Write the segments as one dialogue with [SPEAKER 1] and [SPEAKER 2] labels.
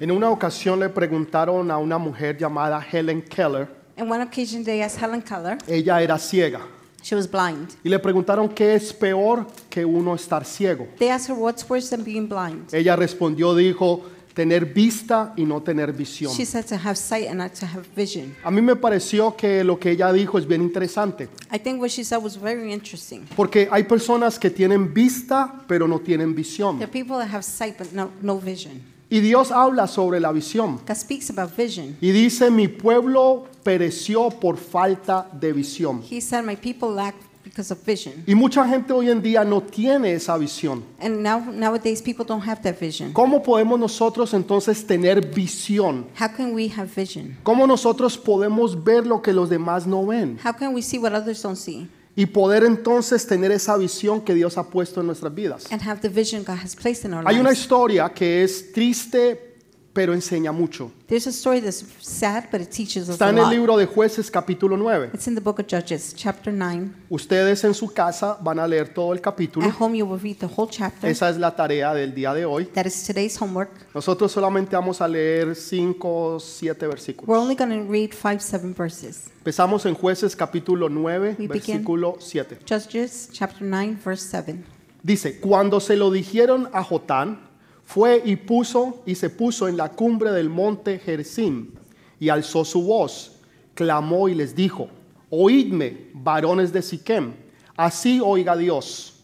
[SPEAKER 1] En una ocasión le preguntaron a una mujer llamada Helen Keller,
[SPEAKER 2] And one occasion they asked Helen Keller,
[SPEAKER 1] ella era ciega,
[SPEAKER 2] she was blind.
[SPEAKER 1] y le preguntaron qué es peor que uno estar ciego.
[SPEAKER 2] They asked her what's worse than being blind.
[SPEAKER 1] Ella respondió, dijo, tener vista y no tener visión.
[SPEAKER 2] She said to have sight and not to have vision.
[SPEAKER 1] A mí me pareció que lo que ella dijo es bien interesante,
[SPEAKER 2] I think what she said was very interesting.
[SPEAKER 1] porque hay personas que tienen vista pero no tienen
[SPEAKER 2] There
[SPEAKER 1] visión.
[SPEAKER 2] are people that have sight but no, no vision.
[SPEAKER 1] Y Dios habla sobre la visión
[SPEAKER 2] God speaks about vision.
[SPEAKER 1] y dice, mi pueblo pereció por falta de visión.
[SPEAKER 2] He said, My people lack because of vision.
[SPEAKER 1] Y mucha gente hoy en día no tiene esa visión.
[SPEAKER 2] And now nowadays people don't have that vision.
[SPEAKER 1] ¿Cómo podemos nosotros entonces tener visión?
[SPEAKER 2] How can we have vision?
[SPEAKER 1] ¿Cómo nosotros podemos ver lo que los demás no ven?
[SPEAKER 2] How can we see what others don't see
[SPEAKER 1] Y poder entonces tener esa visión que Dios ha puesto en nuestras vidas.
[SPEAKER 2] and have the vision God has placed in our
[SPEAKER 1] Hay una
[SPEAKER 2] lives?
[SPEAKER 1] historia que es triste, pero enseña mucho.
[SPEAKER 2] There's a story that's sad, but it teaches us
[SPEAKER 1] Está
[SPEAKER 2] a
[SPEAKER 1] en el
[SPEAKER 2] lot.
[SPEAKER 1] libro de jueces capítulo 9.
[SPEAKER 2] It's in the book of Judges, chapter 9.
[SPEAKER 1] Ustedes en su casa van a leer todo el
[SPEAKER 2] At
[SPEAKER 1] capítulo.
[SPEAKER 2] home, you will read the whole chapter.
[SPEAKER 1] Esa es la tarea del día de hoy.
[SPEAKER 2] That is today's homework.
[SPEAKER 1] Nosotros solamente vamos a leer 5 o 7
[SPEAKER 2] We're
[SPEAKER 1] versículos.
[SPEAKER 2] only going to read five, seven verses.
[SPEAKER 1] Empezamos en jueces capítulo 9,
[SPEAKER 2] We begin.
[SPEAKER 1] versículo 7.
[SPEAKER 2] Judges, chapter 9, verse 7.
[SPEAKER 1] Dice, cuando se lo dijeron a Jotán, fue y puso y se puso en la cumbre del monte Gerizim y alzó su voz, clamó y les dijo, oídme, varones de Siquem, así oiga Dios.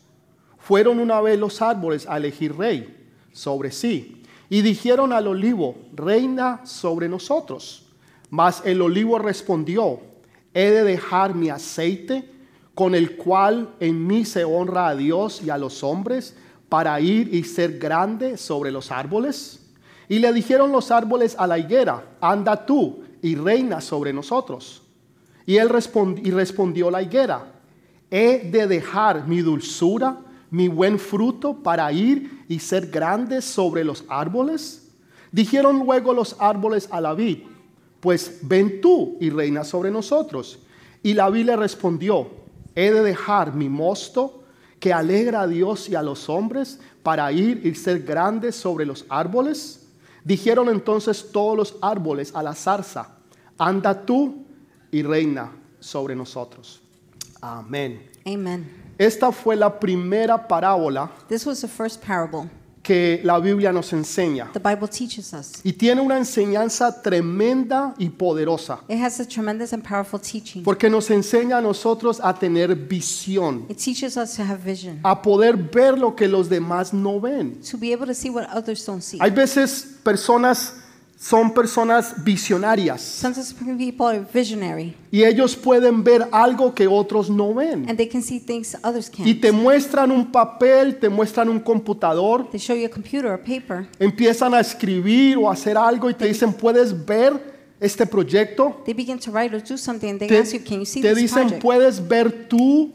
[SPEAKER 1] Fueron una vez los árboles a elegir rey sobre sí y dijeron al olivo, reina sobre nosotros. Mas el olivo respondió, he de dejar mi aceite con el cual en mí se honra a Dios y a los hombres para ir y ser grande sobre los árboles. Y le dijeron los árboles a la higuera, anda tú y reina sobre nosotros. Y él respon- y respondió la higuera, he de dejar mi dulzura, mi buen fruto, para ir y ser grande sobre los árboles. Dijeron luego los árboles a la vid, pues ven tú y reina sobre nosotros. Y la vid le respondió, he de dejar mi mosto, que alegra a Dios y a los hombres, para ir y ser grande sobre los árboles. Dijeron entonces todos los árboles a la zarza, anda tú y reina sobre nosotros. Amén.
[SPEAKER 2] Amen.
[SPEAKER 1] Esta fue la primera parábola
[SPEAKER 2] This was the first parable
[SPEAKER 1] que la Biblia nos enseña
[SPEAKER 2] the Bible teaches us.
[SPEAKER 1] y tiene una enseñanza tremenda y poderosa
[SPEAKER 2] It has a tremendous and powerful teaching.
[SPEAKER 1] porque nos enseña a nosotros a tener visión,
[SPEAKER 2] It teaches us to have vision,
[SPEAKER 1] a poder ver lo que los demás no ven.
[SPEAKER 2] to be able to see what others don't see.
[SPEAKER 1] Hay veces personas son personas visionarias
[SPEAKER 2] Sometimes people are visionary
[SPEAKER 1] y ellos pueden ver algo que otros no ven
[SPEAKER 2] and they can see things others
[SPEAKER 1] y
[SPEAKER 2] can't.
[SPEAKER 1] te muestran un papel, te muestran un computador
[SPEAKER 2] They show you a computer or paper.
[SPEAKER 1] empiezan a escribir o a hacer algo y te dicen, ¿puedes ver este proyecto?
[SPEAKER 2] They begin to write or do something and they
[SPEAKER 1] Te,
[SPEAKER 2] ask you, can you see
[SPEAKER 1] te
[SPEAKER 2] this
[SPEAKER 1] dicen,
[SPEAKER 2] project?
[SPEAKER 1] ¿puedes ver tú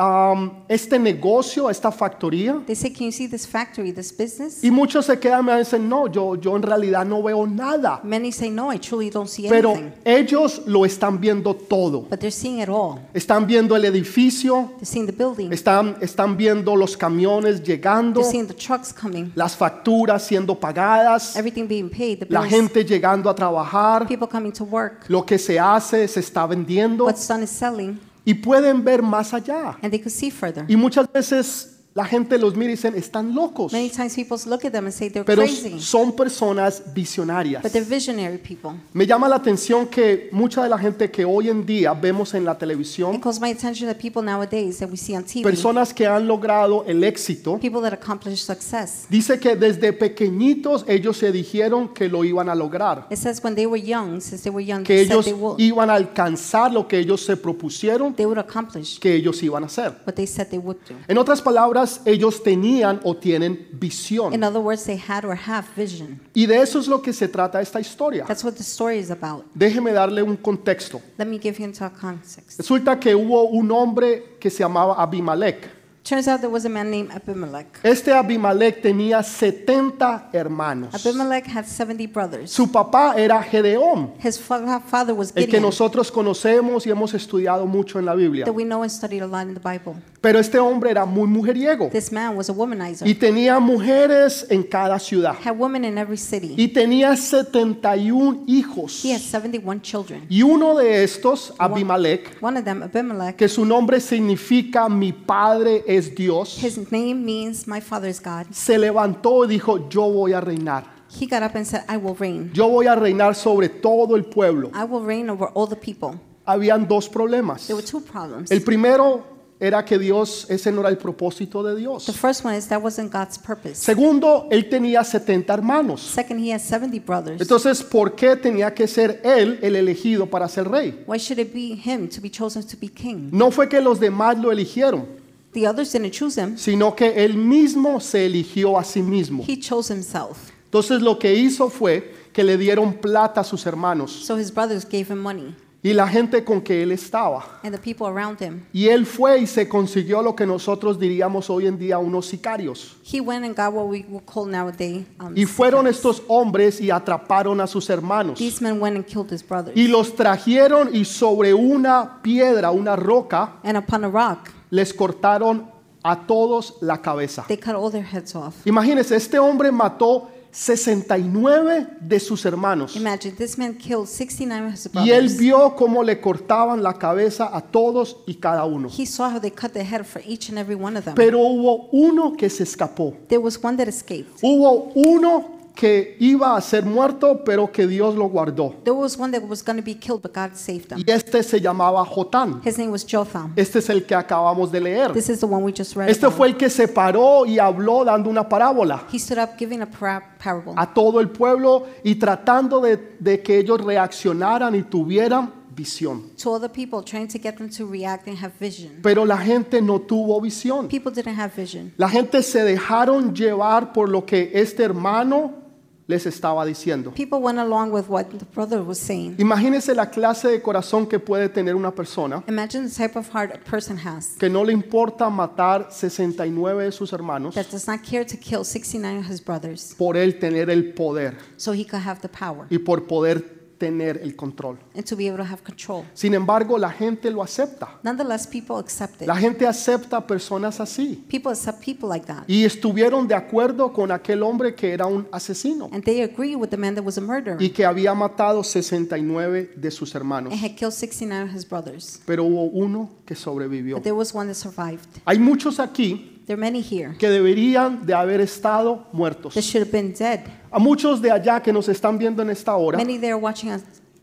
[SPEAKER 1] am, este negocio, esta factoría?
[SPEAKER 2] They say, can you see this factory, this business?
[SPEAKER 1] Y muchos se quedan y me dicen, no, yo, yo en realidad no veo nada.
[SPEAKER 2] Many say, no, I truly don't see
[SPEAKER 1] Pero
[SPEAKER 2] anything.
[SPEAKER 1] ellos lo están viendo todo.
[SPEAKER 2] But they're seeing it all.
[SPEAKER 1] Están viendo el edificio,
[SPEAKER 2] They're seeing the building.
[SPEAKER 1] están, están viendo los camiones llegando,
[SPEAKER 2] They're seeing the trucks coming,
[SPEAKER 1] las facturas siendo pagadas,
[SPEAKER 2] everything being paid, the
[SPEAKER 1] la
[SPEAKER 2] bills,
[SPEAKER 1] gente llegando a trabajar,
[SPEAKER 2] people coming to work,
[SPEAKER 1] lo que se hace se está vendiendo.
[SPEAKER 2] what sun is selling,
[SPEAKER 1] y pueden ver más allá.
[SPEAKER 2] and they could see further.
[SPEAKER 1] Y muchas veces la gente los mira y dicen, están locos,
[SPEAKER 2] Many times people look at them and say they're
[SPEAKER 1] pero
[SPEAKER 2] crazy,
[SPEAKER 1] son personas visionarias.
[SPEAKER 2] but they're visionary people.
[SPEAKER 1] Me llama la atención que mucha de la gente que hoy en día vemos en la
[SPEAKER 2] It
[SPEAKER 1] televisión,
[SPEAKER 2] calls my attention that people nowadays that we see on TV,
[SPEAKER 1] personas que han logrado el éxito,
[SPEAKER 2] people that accomplish success.
[SPEAKER 1] dice que desde pequeñitos ellos se dijeron que lo iban a lograr,
[SPEAKER 2] It says when they were young, since they were young,
[SPEAKER 1] que
[SPEAKER 2] they said
[SPEAKER 1] ellos
[SPEAKER 2] they would,
[SPEAKER 1] iban a alcanzar lo que ellos se propusieron
[SPEAKER 2] they would accomplish
[SPEAKER 1] que ellos iban a hacer.
[SPEAKER 2] what they said they would do.
[SPEAKER 1] En otras palabras, ellos tenían o tienen visión.
[SPEAKER 2] In other words, they had or have vision.
[SPEAKER 1] Y de eso es lo que se trata esta historia.
[SPEAKER 2] That's what the story is about.
[SPEAKER 1] Déjeme darle un contexto.
[SPEAKER 2] Let me give you into a context.
[SPEAKER 1] Resulta que hubo un hombre que se llamaba Abimelech.
[SPEAKER 2] Turns out there was a man named Abimelech.
[SPEAKER 1] Este Abimelech tenía 70 hermanos.
[SPEAKER 2] Abimelech had 70 brothers.
[SPEAKER 1] Su papá era Gedeón,
[SPEAKER 2] His fa- father was
[SPEAKER 1] el que
[SPEAKER 2] Gideon,
[SPEAKER 1] nosotros conocemos y hemos estudiado mucho en la Biblia.
[SPEAKER 2] that we know and studied a lot in the Bible.
[SPEAKER 1] Pero este hombre era muy mujeriego
[SPEAKER 2] This man was a womanizer,
[SPEAKER 1] y tenía mujeres en cada ciudad.
[SPEAKER 2] had women in every city.
[SPEAKER 1] Y tenía 71 hijos.
[SPEAKER 2] He had 71 children.
[SPEAKER 1] Y uno de estos, Abimelech,
[SPEAKER 2] One of them, Abimelech,
[SPEAKER 1] que su nombre significa mi padre es Dios,
[SPEAKER 2] his name means my father is God.
[SPEAKER 1] se levantó y dijo, yo voy a reinar.
[SPEAKER 2] He got up and said, I will reign.
[SPEAKER 1] Yo voy a reinar sobre todo el pueblo.
[SPEAKER 2] I will reign over all the people.
[SPEAKER 1] Habían dos problemas.
[SPEAKER 2] There were two problems.
[SPEAKER 1] El primero era que Dios, ese no era el propósito de
[SPEAKER 2] The
[SPEAKER 1] Dios.
[SPEAKER 2] first one is that wasn't God's purpose.
[SPEAKER 1] Segundo, él tenía 70 hermanos.
[SPEAKER 2] Second, he has 70 brothers.
[SPEAKER 1] Entonces, ¿por qué tenía que ser él el elegido para ser rey?
[SPEAKER 2] Why should it be him to be chosen to be king?
[SPEAKER 1] No fue que los demás lo eligieron,
[SPEAKER 2] The others didn't choose him,
[SPEAKER 1] sino que él mismo se eligió a sí mismo.
[SPEAKER 2] he chose himself.
[SPEAKER 1] Entonces lo que hizo fue que le dieron plata a sus hermanos
[SPEAKER 2] So his brothers gave him money
[SPEAKER 1] y la gente con que él estaba.
[SPEAKER 2] and the people around him.
[SPEAKER 1] Y él fue y se consiguió lo que nosotros diríamos hoy en día unos sicarios.
[SPEAKER 2] He went and got what we would call nowadays. Um,
[SPEAKER 1] Y fueron
[SPEAKER 2] sycophants.
[SPEAKER 1] estos hombres y atraparon a sus hermanos.
[SPEAKER 2] These men went and killed his brothers.
[SPEAKER 1] Y los trajeron y sobre una piedra, una roca,
[SPEAKER 2] and upon a rock,
[SPEAKER 1] les cortaron a todos la cabeza.
[SPEAKER 2] they cut all their heads off.
[SPEAKER 1] Imagínense, este hombre mató 69 de sus hermanos.
[SPEAKER 2] Imagine this man killed 69 of his
[SPEAKER 1] Y él
[SPEAKER 2] brothers.
[SPEAKER 1] vio cómo le cortaban la cabeza a todos y cada uno.
[SPEAKER 2] He saw how they cut the head for each and every one of them.
[SPEAKER 1] Pero hubo uno que se escapó.
[SPEAKER 2] there was one that escaped.
[SPEAKER 1] Hubo uno que iba a ser muerto, pero que Dios lo guardó.
[SPEAKER 2] There was one that was going to be killed, but God saved them.
[SPEAKER 1] Y este se llamaba Jotán.
[SPEAKER 2] His name was Jotham.
[SPEAKER 1] Este es el que acabamos de leer.
[SPEAKER 2] This is the one we just read.
[SPEAKER 1] Este
[SPEAKER 2] about.
[SPEAKER 1] fue el que se paró y habló dando una parábola
[SPEAKER 2] He stood up giving a para- parable
[SPEAKER 1] a todo el pueblo y tratando de, de que ellos reaccionaran y tuvieran visión.
[SPEAKER 2] to other people, trying to get them to react and have vision.
[SPEAKER 1] Pero la gente no tuvo visión.
[SPEAKER 2] People didn't have vision.
[SPEAKER 1] La gente se dejaron llevar por lo que este hermano les estaba diciendo.
[SPEAKER 2] People went along with what the brother was saying.
[SPEAKER 1] Imagínense la clase de corazón que puede tener una persona
[SPEAKER 2] Imagine the type of heart a person has
[SPEAKER 1] que no le importa matar 69 de sus hermanos
[SPEAKER 2] that does not care to kill 69 of his brothers
[SPEAKER 1] por él tener el poder
[SPEAKER 2] so he could have the power
[SPEAKER 1] y por poder tener el control.
[SPEAKER 2] and to be able to have control.
[SPEAKER 1] Sin embargo, la gente lo acepta.
[SPEAKER 2] Nonetheless, people accept it.
[SPEAKER 1] La gente acepta personas así.
[SPEAKER 2] People accept people like that.
[SPEAKER 1] Y estuvieron de acuerdo con aquel hombre que era un asesino
[SPEAKER 2] And they agree with the man that was a murderer
[SPEAKER 1] y que había matado 69 de sus hermanos.
[SPEAKER 2] and had killed 69 of his brothers.
[SPEAKER 1] Pero hubo uno que sobrevivió.
[SPEAKER 2] But there was one that survived.
[SPEAKER 1] Hay muchos aquí
[SPEAKER 2] There are many here
[SPEAKER 1] que deberían de haber estado
[SPEAKER 2] that
[SPEAKER 1] muertos.
[SPEAKER 2] should have been dead.
[SPEAKER 1] A muchos de allá que nos están viendo en esta hora,
[SPEAKER 2] Many there watching us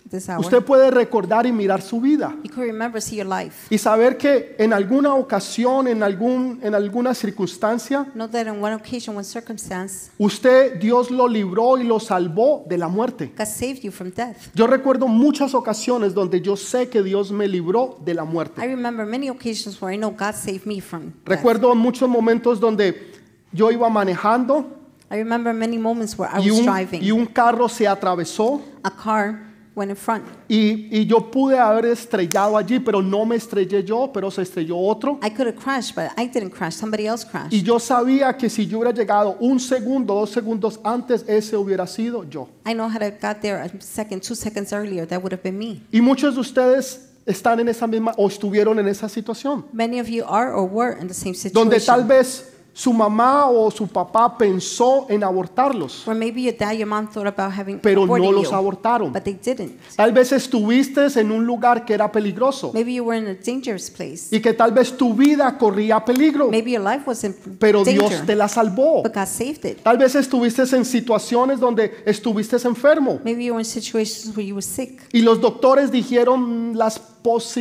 [SPEAKER 2] this hour.
[SPEAKER 1] usted puede recordar y mirar su vida
[SPEAKER 2] You could remember, see your life.
[SPEAKER 1] y saber que en alguna ocasión, en, algún, en alguna circunstancia,
[SPEAKER 2] Know that on one occasion, one circumstance,
[SPEAKER 1] usted Dios lo libró y lo salvó de la muerte.
[SPEAKER 2] God saved you from death.
[SPEAKER 1] Yo recuerdo muchas ocasiones donde yo sé que Dios me libró de la
[SPEAKER 2] I
[SPEAKER 1] muerte.
[SPEAKER 2] remember many occasions where I know God saved me from death.
[SPEAKER 1] Recuerdo muchos momentos donde yo iba manejando
[SPEAKER 2] I remember many moments where I
[SPEAKER 1] y
[SPEAKER 2] was
[SPEAKER 1] un,
[SPEAKER 2] driving.
[SPEAKER 1] y un carro se atravesó
[SPEAKER 2] a car went in front.
[SPEAKER 1] Y, y yo pude haber estrellado allí, pero no me estrellé yo, pero se estrelló otro.
[SPEAKER 2] I could have crashed, but I didn't crash. Somebody else
[SPEAKER 1] Y
[SPEAKER 2] crashed.
[SPEAKER 1] yo sabía que si yo hubiera llegado un segundo, dos segundos antes, ese hubiera sido yo.
[SPEAKER 2] I know had I got there a second, two seconds earlier, that would have been me.
[SPEAKER 1] Y muchos de ustedes están en esa misma o estuvieron en esa situación,
[SPEAKER 2] Many of you are or were in the same situation.
[SPEAKER 1] donde tal vez su mamá o su papá pensó en abortarlos,
[SPEAKER 2] where maybe your dad, your mom thought about having
[SPEAKER 1] pero
[SPEAKER 2] aborted
[SPEAKER 1] no los
[SPEAKER 2] you,
[SPEAKER 1] abortaron.
[SPEAKER 2] but they didn't.
[SPEAKER 1] Tal vez estuviste en un lugar que era peligroso
[SPEAKER 2] Maybe you were in a dangerous place.
[SPEAKER 1] y que tal vez tu vida corría peligro,
[SPEAKER 2] Maybe your life was in
[SPEAKER 1] pero
[SPEAKER 2] danger,
[SPEAKER 1] Dios te la salvó.
[SPEAKER 2] but God saved it.
[SPEAKER 1] Tal vez estuviste en situaciones donde estuviste enfermo
[SPEAKER 2] Maybe you were in situations where you were sick.
[SPEAKER 1] y los doctores dijeron "Mm, las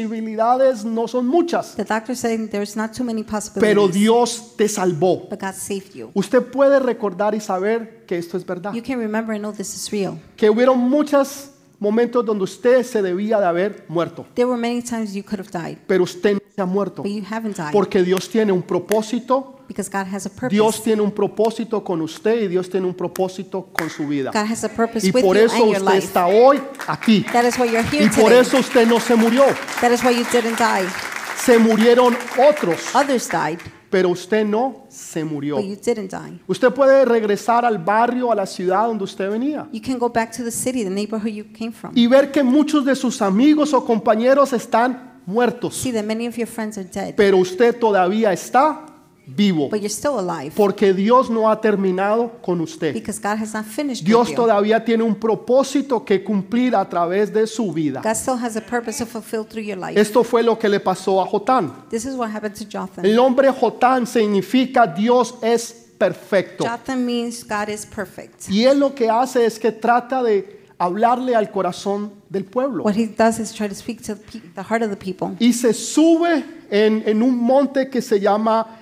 [SPEAKER 1] posibilidades no son muchas,
[SPEAKER 2] The doctor said there's not too many
[SPEAKER 1] pero
[SPEAKER 2] possibilities,
[SPEAKER 1] Dios te salvó.
[SPEAKER 2] but God saved you.
[SPEAKER 1] Usted puede recordar y saber que esto es verdad,
[SPEAKER 2] You can remember and know this is real.
[SPEAKER 1] que hubieron muchos momentos donde usted se debía de haber muerto,
[SPEAKER 2] There were many times you could have died,
[SPEAKER 1] pero usted no se ha muerto
[SPEAKER 2] but you haven't died
[SPEAKER 1] porque Dios tiene un propósito,
[SPEAKER 2] because God has a purpose.
[SPEAKER 1] Dios tiene un propósito con usted y Dios tiene un propósito con su vida.
[SPEAKER 2] God has a purpose
[SPEAKER 1] Y
[SPEAKER 2] with
[SPEAKER 1] por
[SPEAKER 2] you
[SPEAKER 1] eso
[SPEAKER 2] and your
[SPEAKER 1] usted
[SPEAKER 2] life.
[SPEAKER 1] está hoy aquí.
[SPEAKER 2] That is why you're here
[SPEAKER 1] Y por
[SPEAKER 2] today.
[SPEAKER 1] eso usted no se murió.
[SPEAKER 2] That is why you didn't die.
[SPEAKER 1] se murieron otros,
[SPEAKER 2] Others died,
[SPEAKER 1] pero usted no se murió.
[SPEAKER 2] but you didn't die.
[SPEAKER 1] Usted puede regresar al barrio, a la ciudad donde usted venía
[SPEAKER 2] You can go back to the city, the neighborhood you came from.
[SPEAKER 1] y ver que muchos de sus amigos o compañeros están muertos,
[SPEAKER 2] See that many of your friends are dead,
[SPEAKER 1] pero usted todavía está vivo
[SPEAKER 2] but you're still alive
[SPEAKER 1] porque Dios no ha terminado con usted.
[SPEAKER 2] because God has not finished
[SPEAKER 1] Dios
[SPEAKER 2] with you.
[SPEAKER 1] todavía tiene un propósito que cumplir a través de su vida.
[SPEAKER 2] God still has a purpose to fulfill through your life.
[SPEAKER 1] Esto fue lo que le pasó a Jotán.
[SPEAKER 2] This is what happened to Jotham.
[SPEAKER 1] El nombre Jotán significa Dios es perfecto.
[SPEAKER 2] Jotham means God is perfect.
[SPEAKER 1] Y él lo que hace es que trata de hablarle al corazón del pueblo.
[SPEAKER 2] What he does is try to speak to the, pe- the heart of the people.
[SPEAKER 1] Y se sube en, en un monte que se llama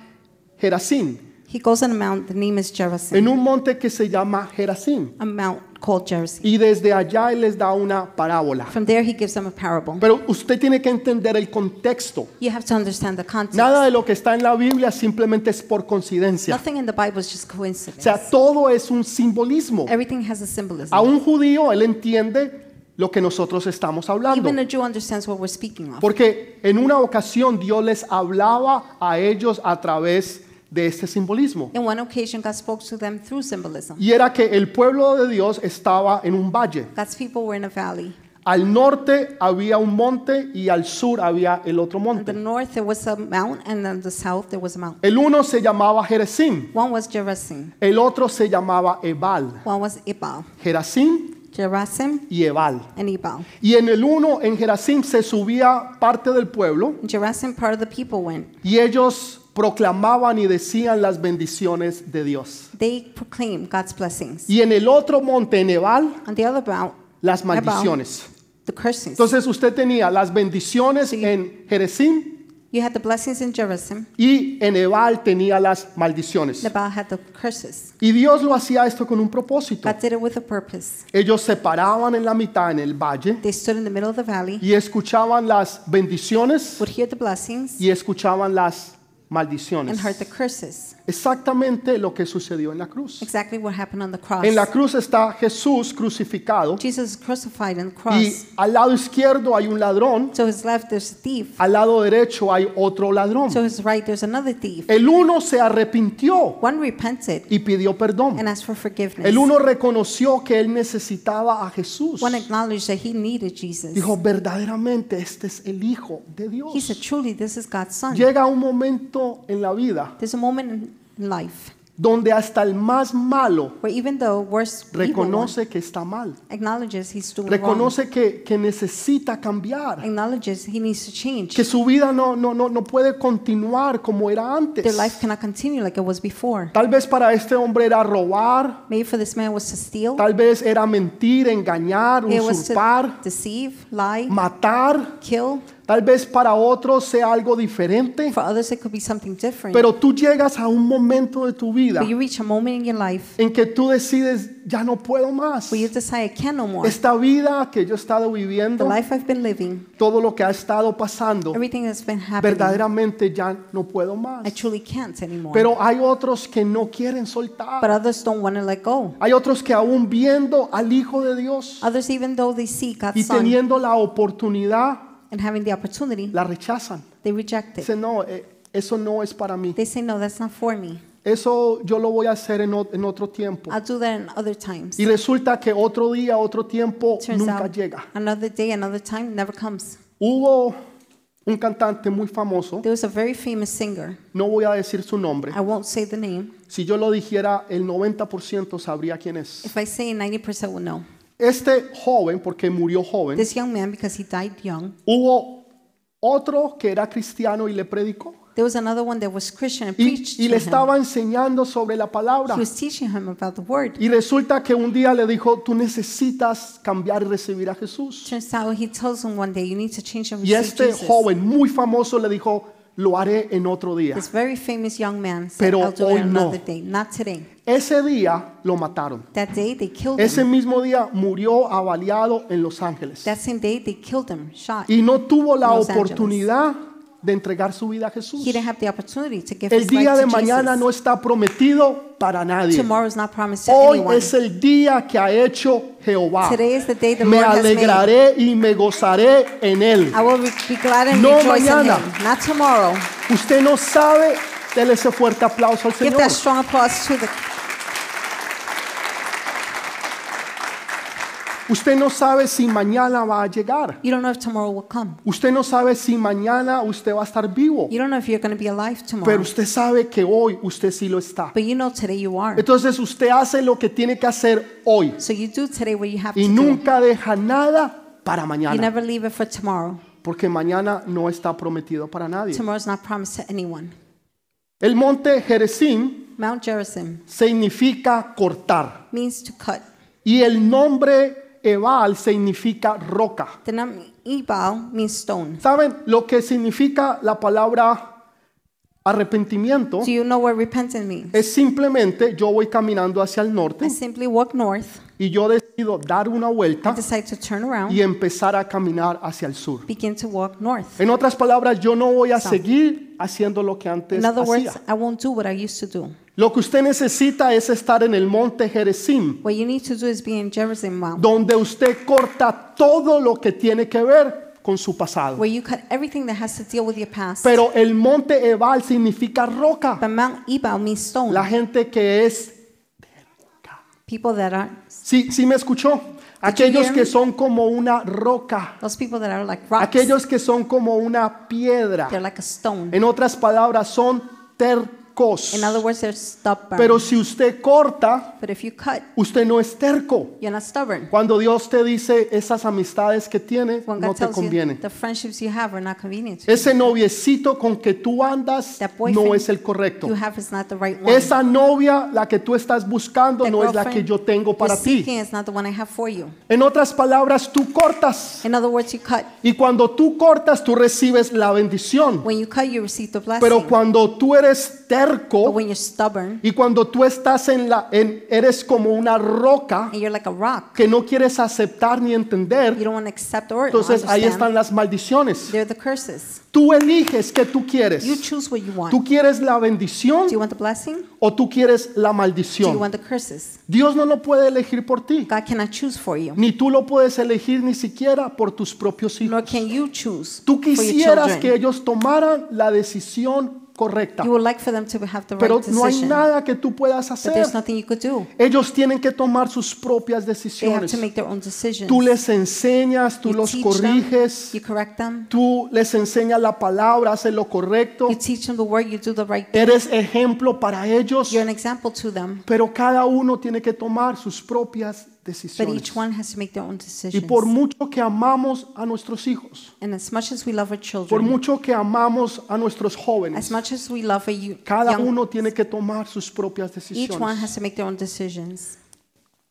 [SPEAKER 1] Jerasín.
[SPEAKER 2] He goes on a mount, the name is Gerizim,
[SPEAKER 1] En un monte que se llama Jerasín.
[SPEAKER 2] a mount called Gerizim.
[SPEAKER 1] Y desde allá él les da una parábola.
[SPEAKER 2] From there, he gives them a parable.
[SPEAKER 1] Pero usted tiene que entender el contexto.
[SPEAKER 2] You have to understand the context.
[SPEAKER 1] Nada de lo que está en la Biblia simplemente es por coincidencia.
[SPEAKER 2] Nothing in the Bible is just
[SPEAKER 1] O
[SPEAKER 2] coincidence.
[SPEAKER 1] sea, todo es un simbolismo.
[SPEAKER 2] Everything has a symbolism.
[SPEAKER 1] A un judío él entiende lo que nosotros estamos hablando.
[SPEAKER 2] Even a Jew understands what we're speaking of.
[SPEAKER 1] Porque en una ocasión Dios les hablaba a ellos a través de este simbolismo.
[SPEAKER 2] In one occasion, God spoke to them through symbolism.
[SPEAKER 1] Y era que el pueblo de Dios estaba en un valle.
[SPEAKER 2] God's people were in a valley.
[SPEAKER 1] Al norte había un monte y al sur había el otro
[SPEAKER 2] In the
[SPEAKER 1] monte.
[SPEAKER 2] north, there was a mount, and in the south, there was a mount.
[SPEAKER 1] El uno se llamaba Jerezim,
[SPEAKER 2] One was Gerizim,
[SPEAKER 1] el otro se llamaba Ebal.
[SPEAKER 2] one was Ebal.
[SPEAKER 1] Jerezim
[SPEAKER 2] Gerizim
[SPEAKER 1] y Ebal.
[SPEAKER 2] and Ebal.
[SPEAKER 1] Y en el uno, en Jerezim, se subía parte del pueblo
[SPEAKER 2] Gerizim, part of the people went.
[SPEAKER 1] y ellos proclamaban y decían las bendiciones de Dios.
[SPEAKER 2] They proclaimed God's blessings.
[SPEAKER 1] Y en el otro monte, en Ebal,
[SPEAKER 2] On the other mount,
[SPEAKER 1] las
[SPEAKER 2] Ebal,
[SPEAKER 1] maldiciones.
[SPEAKER 2] the cursings.
[SPEAKER 1] Entonces usted tenía las bendiciones en Jerezim
[SPEAKER 2] You had the blessings in Gerizim.
[SPEAKER 1] y en Ebal tenía las maldiciones.
[SPEAKER 2] Nabal had the curses.
[SPEAKER 1] Y Dios lo hacía esto con un propósito.
[SPEAKER 2] God did it with a purpose.
[SPEAKER 1] Ellos se paraban en la mitad en el valle
[SPEAKER 2] They stood in the middle of the valley,
[SPEAKER 1] y escuchaban las bendiciones
[SPEAKER 2] would hear the blessings,
[SPEAKER 1] y escuchaban las
[SPEAKER 2] and
[SPEAKER 1] maldiciones.
[SPEAKER 2] heard the curses.
[SPEAKER 1] Exactamente lo que sucedió en la cruz.
[SPEAKER 2] Exactly what happened on the cross.
[SPEAKER 1] En la cruz está Jesús crucificado
[SPEAKER 2] Jesus is crucified on the
[SPEAKER 1] y
[SPEAKER 2] cross.
[SPEAKER 1] al lado izquierdo hay un ladrón,
[SPEAKER 2] To his left, there's a thief.
[SPEAKER 1] al lado derecho hay otro ladrón.
[SPEAKER 2] To his right, there's another thief.
[SPEAKER 1] El uno se arrepintió
[SPEAKER 2] One repented
[SPEAKER 1] y pidió perdón.
[SPEAKER 2] and asked for forgiveness.
[SPEAKER 1] El uno reconoció que él necesitaba a Jesús.
[SPEAKER 2] One acknowledged that he needed Jesus.
[SPEAKER 1] Dijo, verdaderamente este es el Hijo de
[SPEAKER 2] He said,
[SPEAKER 1] Dios.
[SPEAKER 2] Truly, this is God's Son.
[SPEAKER 1] Llega un momento en la vida
[SPEAKER 2] There's a moment in- in life
[SPEAKER 1] donde hasta el más malo
[SPEAKER 2] where even the worst evil one
[SPEAKER 1] reconoce que está mal,
[SPEAKER 2] acknowledges he's doing wrong,
[SPEAKER 1] reconoce que, que necesita cambiar,
[SPEAKER 2] acknowledges he needs to change.
[SPEAKER 1] que su vida no, no, no, no puede continuar como era
[SPEAKER 2] Their
[SPEAKER 1] antes.
[SPEAKER 2] life cannot continue like it was before.
[SPEAKER 1] Tal vez para este hombre era robar,
[SPEAKER 2] Maybe for this man was to steal,
[SPEAKER 1] tal vez era mentir, engañar,
[SPEAKER 2] it was to
[SPEAKER 1] usurpar,
[SPEAKER 2] deceive, lie,
[SPEAKER 1] matar,
[SPEAKER 2] kill.
[SPEAKER 1] tal vez para otros sea algo diferente.
[SPEAKER 2] For others, it could be something different.
[SPEAKER 1] Pero tú llegas a un momento de tu vida
[SPEAKER 2] But you reach a moment in your life
[SPEAKER 1] en que tú decides, ya no puedo más.
[SPEAKER 2] where you decide, I can no more.
[SPEAKER 1] Esta vida que yo he estado
[SPEAKER 2] The
[SPEAKER 1] viviendo,
[SPEAKER 2] life I've been living,
[SPEAKER 1] todo lo que ha estado pasando,
[SPEAKER 2] everything that's been happening,
[SPEAKER 1] verdaderamente ya no puedo
[SPEAKER 2] I
[SPEAKER 1] más.
[SPEAKER 2] truly can't anymore.
[SPEAKER 1] Pero hay otros que no quieren
[SPEAKER 2] But
[SPEAKER 1] soltar.
[SPEAKER 2] others don't want to let go.
[SPEAKER 1] Hay otros que aún viendo al Hijo de Dios
[SPEAKER 2] Others, even though they see
[SPEAKER 1] y
[SPEAKER 2] God's Son
[SPEAKER 1] teniendo la oportunidad,
[SPEAKER 2] and having the opportunity,
[SPEAKER 1] la rechazan.
[SPEAKER 2] they reject it.
[SPEAKER 1] Dicen, no, eh, eso no es para mí.
[SPEAKER 2] They say, No, that's not for me.
[SPEAKER 1] Eso yo lo voy a hacer en, o- en otro tiempo.
[SPEAKER 2] I'll do that in other times.
[SPEAKER 1] Y resulta que otro día, otro tiempo
[SPEAKER 2] Turns
[SPEAKER 1] nunca
[SPEAKER 2] out,
[SPEAKER 1] llega.
[SPEAKER 2] another day, another time never comes.
[SPEAKER 1] Hubo un cantante muy famoso,
[SPEAKER 2] There was a very famous singer.
[SPEAKER 1] no voy a decir su nombre.
[SPEAKER 2] I won't say the name.
[SPEAKER 1] Si yo lo dijera, el 90% sabría quién es.
[SPEAKER 2] If I say, 90% will know.
[SPEAKER 1] Este joven, porque murió joven,
[SPEAKER 2] This young man, because he died young,
[SPEAKER 1] hubo otro que era cristiano y le predicó.
[SPEAKER 2] there was another one that was Christian and preached
[SPEAKER 1] Y, y le
[SPEAKER 2] to him.
[SPEAKER 1] estaba enseñando sobre la palabra.
[SPEAKER 2] He was teaching him about the word.
[SPEAKER 1] Y resulta que un día le dijo, tú necesitas cambiar y recibir a Jesús.
[SPEAKER 2] Turns out he tells him one day, you need to change and
[SPEAKER 1] Y
[SPEAKER 2] receive
[SPEAKER 1] este
[SPEAKER 2] Jesus.
[SPEAKER 1] joven muy famoso le dijo, lo haré en otro día.
[SPEAKER 2] This very famous young man said,
[SPEAKER 1] Pero
[SPEAKER 2] I'll do it
[SPEAKER 1] hoy no.
[SPEAKER 2] another day. Not today.
[SPEAKER 1] Ese día lo mataron.
[SPEAKER 2] That day, they killed
[SPEAKER 1] Ese
[SPEAKER 2] him.
[SPEAKER 1] mismo día murió avaliado en Los Ángeles.
[SPEAKER 2] That same day, they killed him, shot.
[SPEAKER 1] y no tuvo la
[SPEAKER 2] Los Ángeles.
[SPEAKER 1] oportunidad de entregar su vida a Jesús.
[SPEAKER 2] He didn't have the opportunity to give
[SPEAKER 1] El
[SPEAKER 2] his
[SPEAKER 1] día
[SPEAKER 2] life
[SPEAKER 1] de
[SPEAKER 2] to
[SPEAKER 1] mañana
[SPEAKER 2] Jesus.
[SPEAKER 1] no está prometido para nadie.
[SPEAKER 2] Tomorrow is not promised to
[SPEAKER 1] Hoy
[SPEAKER 2] anyone.
[SPEAKER 1] es el día que ha hecho Jehová.
[SPEAKER 2] Today is the day the
[SPEAKER 1] Me
[SPEAKER 2] Lord has made.
[SPEAKER 1] alegraré y me gozaré en él.
[SPEAKER 2] I will be glad and
[SPEAKER 1] No
[SPEAKER 2] rejoice
[SPEAKER 1] mañana.
[SPEAKER 2] in Him. Not tomorrow.
[SPEAKER 1] Usted no sabe Dele ese fuerte aplauso al
[SPEAKER 2] Give
[SPEAKER 1] Señor.
[SPEAKER 2] that strong applause to the.
[SPEAKER 1] Usted no sabe si mañana va a llegar.
[SPEAKER 2] You don't know if tomorrow will come.
[SPEAKER 1] Usted no sabe si mañana usted va a estar vivo.
[SPEAKER 2] You don't know if you're going to be alive
[SPEAKER 1] Pero
[SPEAKER 2] tomorrow.
[SPEAKER 1] usted sabe que hoy usted sí lo está.
[SPEAKER 2] But you know today you are.
[SPEAKER 1] Entonces usted hace lo que tiene que hacer hoy
[SPEAKER 2] So you do today what you have
[SPEAKER 1] y
[SPEAKER 2] to do.
[SPEAKER 1] nunca deja nada para
[SPEAKER 2] You
[SPEAKER 1] mañana.
[SPEAKER 2] never leave it for tomorrow.
[SPEAKER 1] Porque mañana no está prometido para nadie.
[SPEAKER 2] Tomorrow's not promised to anyone.
[SPEAKER 1] El monte Jerezim
[SPEAKER 2] Mount Gerizim
[SPEAKER 1] significa cortar.
[SPEAKER 2] means to cut.
[SPEAKER 1] Y el nombre Ebal significa roca.
[SPEAKER 2] The name Ebal means stone.
[SPEAKER 1] ¿Saben lo que significa la palabra arrepentimiento?
[SPEAKER 2] Do you know what repentance means?
[SPEAKER 1] Es simplemente yo voy caminando hacia el norte
[SPEAKER 2] I simply walk north,
[SPEAKER 1] y yo decido dar una vuelta
[SPEAKER 2] decide to turn
[SPEAKER 1] Ah. y
[SPEAKER 2] around,
[SPEAKER 1] empezar a caminar hacia el sur.
[SPEAKER 2] begin to walk north.
[SPEAKER 1] En otras palabras, yo no voy a
[SPEAKER 2] South.
[SPEAKER 1] seguir haciendo lo que antes
[SPEAKER 2] In other words,
[SPEAKER 1] hacía.
[SPEAKER 2] I won't do what I used to do.
[SPEAKER 1] Lo que usted necesita es estar en el monte Jerezim,
[SPEAKER 2] What you need to do is be in Gerizim Mount,
[SPEAKER 1] donde usted corta todo lo que tiene que ver con su pasado.
[SPEAKER 2] where you cut everything that has to deal with your past.
[SPEAKER 1] Pero el monte Ebal significa roca.
[SPEAKER 2] But Mount Ebal means stone.
[SPEAKER 1] La gente que es
[SPEAKER 2] People that are
[SPEAKER 1] Sí, sí me escuchó. Aquellos que son como una roca,
[SPEAKER 2] those people that are like rocks.
[SPEAKER 1] aquellos que son como una piedra.
[SPEAKER 2] They're like a stone.
[SPEAKER 1] En otras palabras, son tercos.
[SPEAKER 2] In other words, they're stubborn.
[SPEAKER 1] Pero si usted corta,
[SPEAKER 2] but if you cut,
[SPEAKER 1] usted no es terco.
[SPEAKER 2] you're not stubborn.
[SPEAKER 1] Cuando Dios te dice esas amistades que tiene,
[SPEAKER 2] When God
[SPEAKER 1] no te
[SPEAKER 2] tells you
[SPEAKER 1] conviene.
[SPEAKER 2] the friendships you have are not convenient to you,
[SPEAKER 1] Ese noviecito con que tú andas
[SPEAKER 2] That boyfriend
[SPEAKER 1] no es el correcto.
[SPEAKER 2] you have is not the right one.
[SPEAKER 1] Esa novia, la que tú estás buscando,
[SPEAKER 2] The
[SPEAKER 1] no es la
[SPEAKER 2] girlfriend
[SPEAKER 1] que yo tengo
[SPEAKER 2] you're
[SPEAKER 1] para ti.
[SPEAKER 2] seeking is not the one I have for you.
[SPEAKER 1] En otras palabras, tú cortas.
[SPEAKER 2] In other words, you cut.
[SPEAKER 1] Y cuando tú cortas, tú recibes la bendición.
[SPEAKER 2] When you cut, you receive the blessing.
[SPEAKER 1] Pero cuando tú eres
[SPEAKER 2] but
[SPEAKER 1] terco
[SPEAKER 2] when you're stubborn
[SPEAKER 1] y cuando tú estás en la, en- eres como una roca
[SPEAKER 2] and you're like a rock,
[SPEAKER 1] que no quieres aceptar ni
[SPEAKER 2] you
[SPEAKER 1] entender,
[SPEAKER 2] don't want to accept or
[SPEAKER 1] entonces ahí
[SPEAKER 2] understand,
[SPEAKER 1] están las maldiciones.
[SPEAKER 2] they're the curses.
[SPEAKER 1] Tú eliges qué tú quieres.
[SPEAKER 2] You choose what you want.
[SPEAKER 1] ¿Tú quieres la bendición
[SPEAKER 2] Do you want the blessing?
[SPEAKER 1] o tú quieres la
[SPEAKER 2] Do you
[SPEAKER 1] maldición?
[SPEAKER 2] want the curses?
[SPEAKER 1] Dios no lo puede elegir por ti,
[SPEAKER 2] God cannot choose for you,
[SPEAKER 1] ni tú lo puedes elegir ni siquiera por tus propios hijos.
[SPEAKER 2] nor can you choose
[SPEAKER 1] Tú
[SPEAKER 2] for your
[SPEAKER 1] quisieras
[SPEAKER 2] children.
[SPEAKER 1] que ellos tomaran la decisión correcta.
[SPEAKER 2] you would like for them to have the
[SPEAKER 1] Pero
[SPEAKER 2] right
[SPEAKER 1] no hay
[SPEAKER 2] decision,
[SPEAKER 1] nada que tú puedas
[SPEAKER 2] but
[SPEAKER 1] hacer.
[SPEAKER 2] there's nothing you could do.
[SPEAKER 1] Ellos tienen que tomar sus propias
[SPEAKER 2] They have
[SPEAKER 1] decisiones.
[SPEAKER 2] to make their own decisions.
[SPEAKER 1] Tú les enseñas, tú
[SPEAKER 2] You
[SPEAKER 1] los
[SPEAKER 2] teach Them,
[SPEAKER 1] corriges,
[SPEAKER 2] you correct them.
[SPEAKER 1] tú les enseñas la palabra, haces lo correcto.
[SPEAKER 2] You teach them the word. You do the right thing.
[SPEAKER 1] Eres ejemplo para ellos,
[SPEAKER 2] You're an example to them.
[SPEAKER 1] pero cada uno tiene que tomar sus propias
[SPEAKER 2] But
[SPEAKER 1] decisiones.
[SPEAKER 2] each one has to make their own
[SPEAKER 1] Y
[SPEAKER 2] decisions.
[SPEAKER 1] por mucho que amamos a nuestros hijos,
[SPEAKER 2] and as much as we love our
[SPEAKER 1] por
[SPEAKER 2] children,
[SPEAKER 1] mucho que amamos a nuestros
[SPEAKER 2] as
[SPEAKER 1] jóvenes,
[SPEAKER 2] much as we love our you,
[SPEAKER 1] cada
[SPEAKER 2] young,
[SPEAKER 1] uno tiene que tomar sus propias
[SPEAKER 2] each one
[SPEAKER 1] decisiones.
[SPEAKER 2] has to make their own decisions.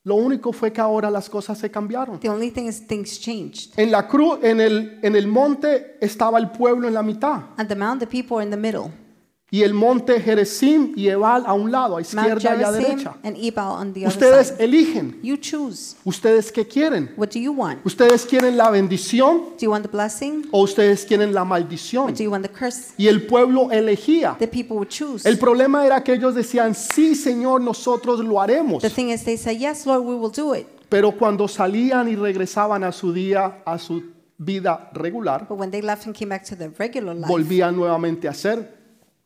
[SPEAKER 1] Lo único fue que ahora las cosas se cambiaron.
[SPEAKER 2] The only thing is things changed.
[SPEAKER 1] En la cruz, en el, en el monte estaba el pueblo en la mitad
[SPEAKER 2] On the mound, the people are in the middle.
[SPEAKER 1] y el monte Jerezim y Ebal a un lado, a
[SPEAKER 2] Mount
[SPEAKER 1] izquierda y a
[SPEAKER 2] Gerizim
[SPEAKER 1] derecha.
[SPEAKER 2] and Ebal on the other
[SPEAKER 1] Ustedes
[SPEAKER 2] side.
[SPEAKER 1] eligen,
[SPEAKER 2] You choose.
[SPEAKER 1] ustedes qué quieren.
[SPEAKER 2] What do you want?
[SPEAKER 1] Ustedes quieren la bendición
[SPEAKER 2] Do you want the blessing
[SPEAKER 1] o ustedes quieren la
[SPEAKER 2] or
[SPEAKER 1] maldición.
[SPEAKER 2] do you want the curse?
[SPEAKER 1] Y el pueblo elegía.
[SPEAKER 2] The people would choose.
[SPEAKER 1] El problema era que ellos decían, sí Señor, nosotros lo haremos.
[SPEAKER 2] The thing is, they say, Yes, Lord, we will do it.
[SPEAKER 1] Pero cuando salían y regresaban a su día, a su vida regular,
[SPEAKER 2] But when they left and came back to their regular life,
[SPEAKER 1] volvían nuevamente a hacer